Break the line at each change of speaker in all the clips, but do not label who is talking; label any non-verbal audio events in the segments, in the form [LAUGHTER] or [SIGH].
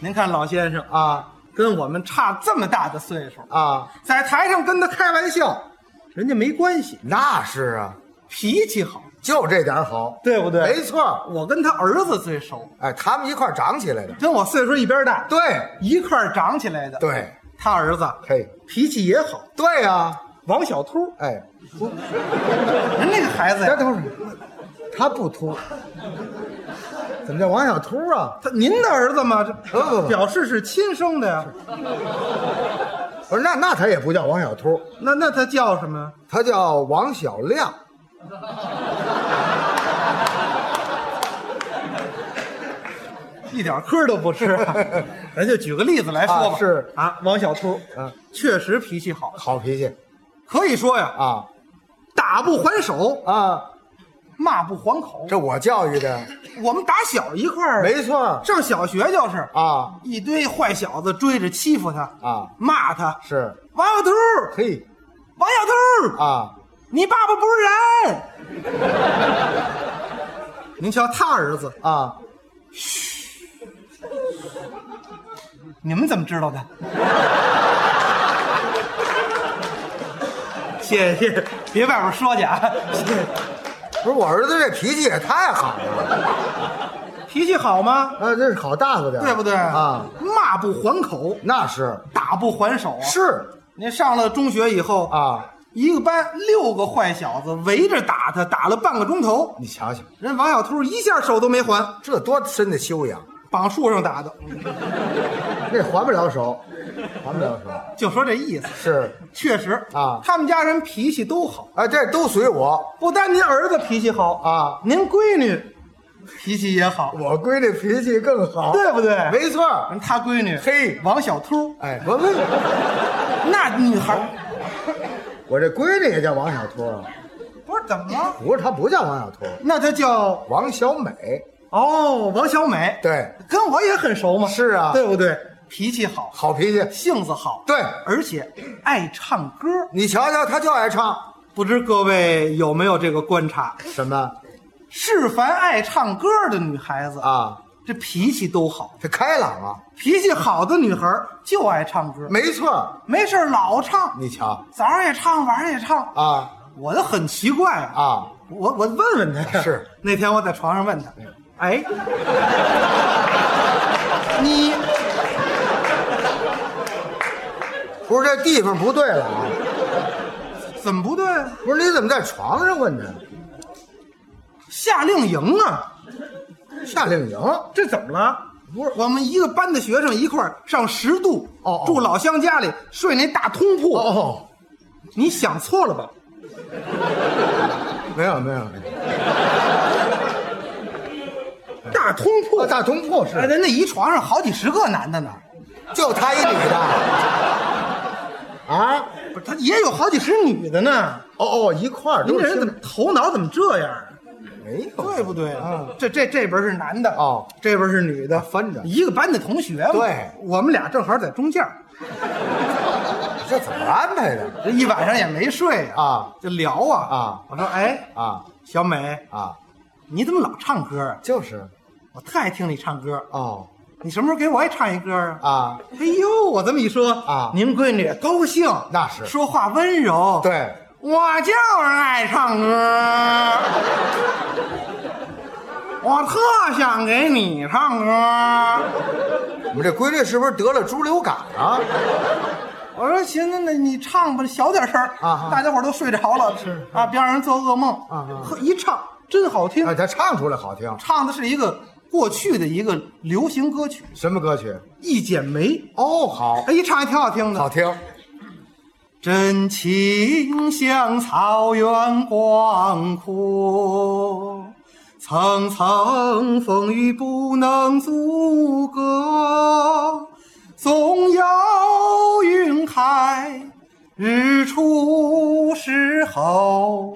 您看老先生啊，跟我们差这么大的岁数，
啊，
在台上跟他开玩笑，人家没关系，
那是啊，
脾气好，
就这点儿好，
对不对？
没错。
我跟他儿子最熟，
哎，他们一块儿长起来的，
跟我岁数一边大，
对
一块儿长起来的。，
对，
他儿子
嘿，
脾气也好，
对呀，
王小秃，
哎，
人那个孩子
哎
呀，
等会儿，他不秃，怎么叫王小秃啊？
他您的儿子嘛，这
不不不
表示是亲生的呀。
不是，那那他也不叫王小秃，
那那他叫什么呀？
他叫王小亮。
一点嗑儿都不
[LAUGHS]
吃、咱就举个例子来说吧。
啊是
啊，王小秃，
嗯，
确实脾气好，
好脾气
可以说呀，
啊
打不还手，
啊！
骂不还口。
这我教育的，
我们打小一块儿，
没错儿
上小学就是，
啊
一堆坏小子追着欺负他，
啊，
骂他，
是
王小秃，
嘿
王小秃，
啊，
你爸爸不是人。您瞧他儿子，
[LAUGHS] 啊，
你们怎么知道的？ [LAUGHS] 谢谢谢谢，别外边说去啊！
不是我儿子这脾气也太好了，
脾气好吗？
啊，这是好大个点儿，
对不对
啊？
骂不还口，
那是
打不还手啊！
是
您上了中学以后，
啊，
一个班六个坏小子围着打他，打了半个钟头，
你瞧瞧，
人王小秃一下手都没还，
这多深的修养，
绑树上打的，
那还不了手，还不了手，
就说这意思。
是
确实
啊
他们家人脾气都好，
啊，这都随我
不单您儿子脾气好啊，
啊，
您闺女脾气也好，
我闺女脾气更好，
对不对？
啊没错儿，
人他闺女
嘿
王小秃，
哎，我问，
那女孩儿
我这闺女也叫王小秃啊，
不是怎么了？
不是她不叫王小秃，
那她叫
王小美，
哦王小美，
对，
跟我也很熟嘛，
是啊
对不对？脾气好，
好脾气，
性子好，
对
而且爱唱歌。
你瞧瞧，她就爱唱
不知各位有没有这个观察？
什么
是凡爱唱歌的女孩子，
啊？
这脾气都好，
这开朗啊，
脾气好的女孩儿就爱唱歌，
没错儿，
没事儿老唱，
你瞧
早上也唱，晚上也唱。
啊
我就很奇怪啊，
啊，
我我问问他呀
是
那天我在床上问他，哎，你
不是这地方不对了啊。
怎么不对啊？
不是你怎么在床上问呢？
夏令营啊，
夏令营
这怎么了？
不是
我们一个班的学生一块儿上十渡，
哦哦
住老乡家里，睡那大通铺。
哦，
你想错了吧？
没有没有，没有
哎大通铺，
啊大通铺
哎
是
人那一床上好几十个男的呢，
就她一女的啊？
不是他也有好几十女的呢。
哦哦，一块儿
您
都
这
是
哎人
兄
怎么头脑怎么这样啊？
没有
对不对？
啊？
这这这边是男的
哦，
这边是女的，
翻着
一个班的同学嘛。
对
我们俩正好在中间儿，
这怎么安排的
这一晚上也没睡啊，
啊
就聊啊
啊。
我说，哎，
啊
小美，
啊？
你怎么老唱歌啊？
就是
我特爱听你唱歌，
哦
你什么时候给我也唱一歌啊？
啊，
哎呦，我这么一说
啊
您闺女高兴，
那是
说话温柔。，
对，
我就是爱唱歌，我特想给你唱歌。
我们这闺女是不是得了猪流感啊？
我说行，那那你唱吧，小点声儿
啊啊
大家伙儿都睡着了，
是是
啊，别让人做噩梦
啊啊
呵，一唱真好听
哎，，她唱出来好听，
唱的是一个过去的一个流行歌曲《
什么歌曲？
一剪梅》，
哦，好，
哎，一唱还挺好听的。
好听，
真情像草原广阔，层层风雨不能阻隔。纵有云开，日出时候，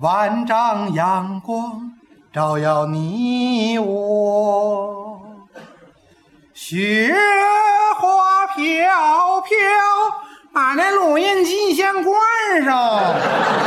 万丈阳光照耀你我。雪花飘飘，把那录音机先关上。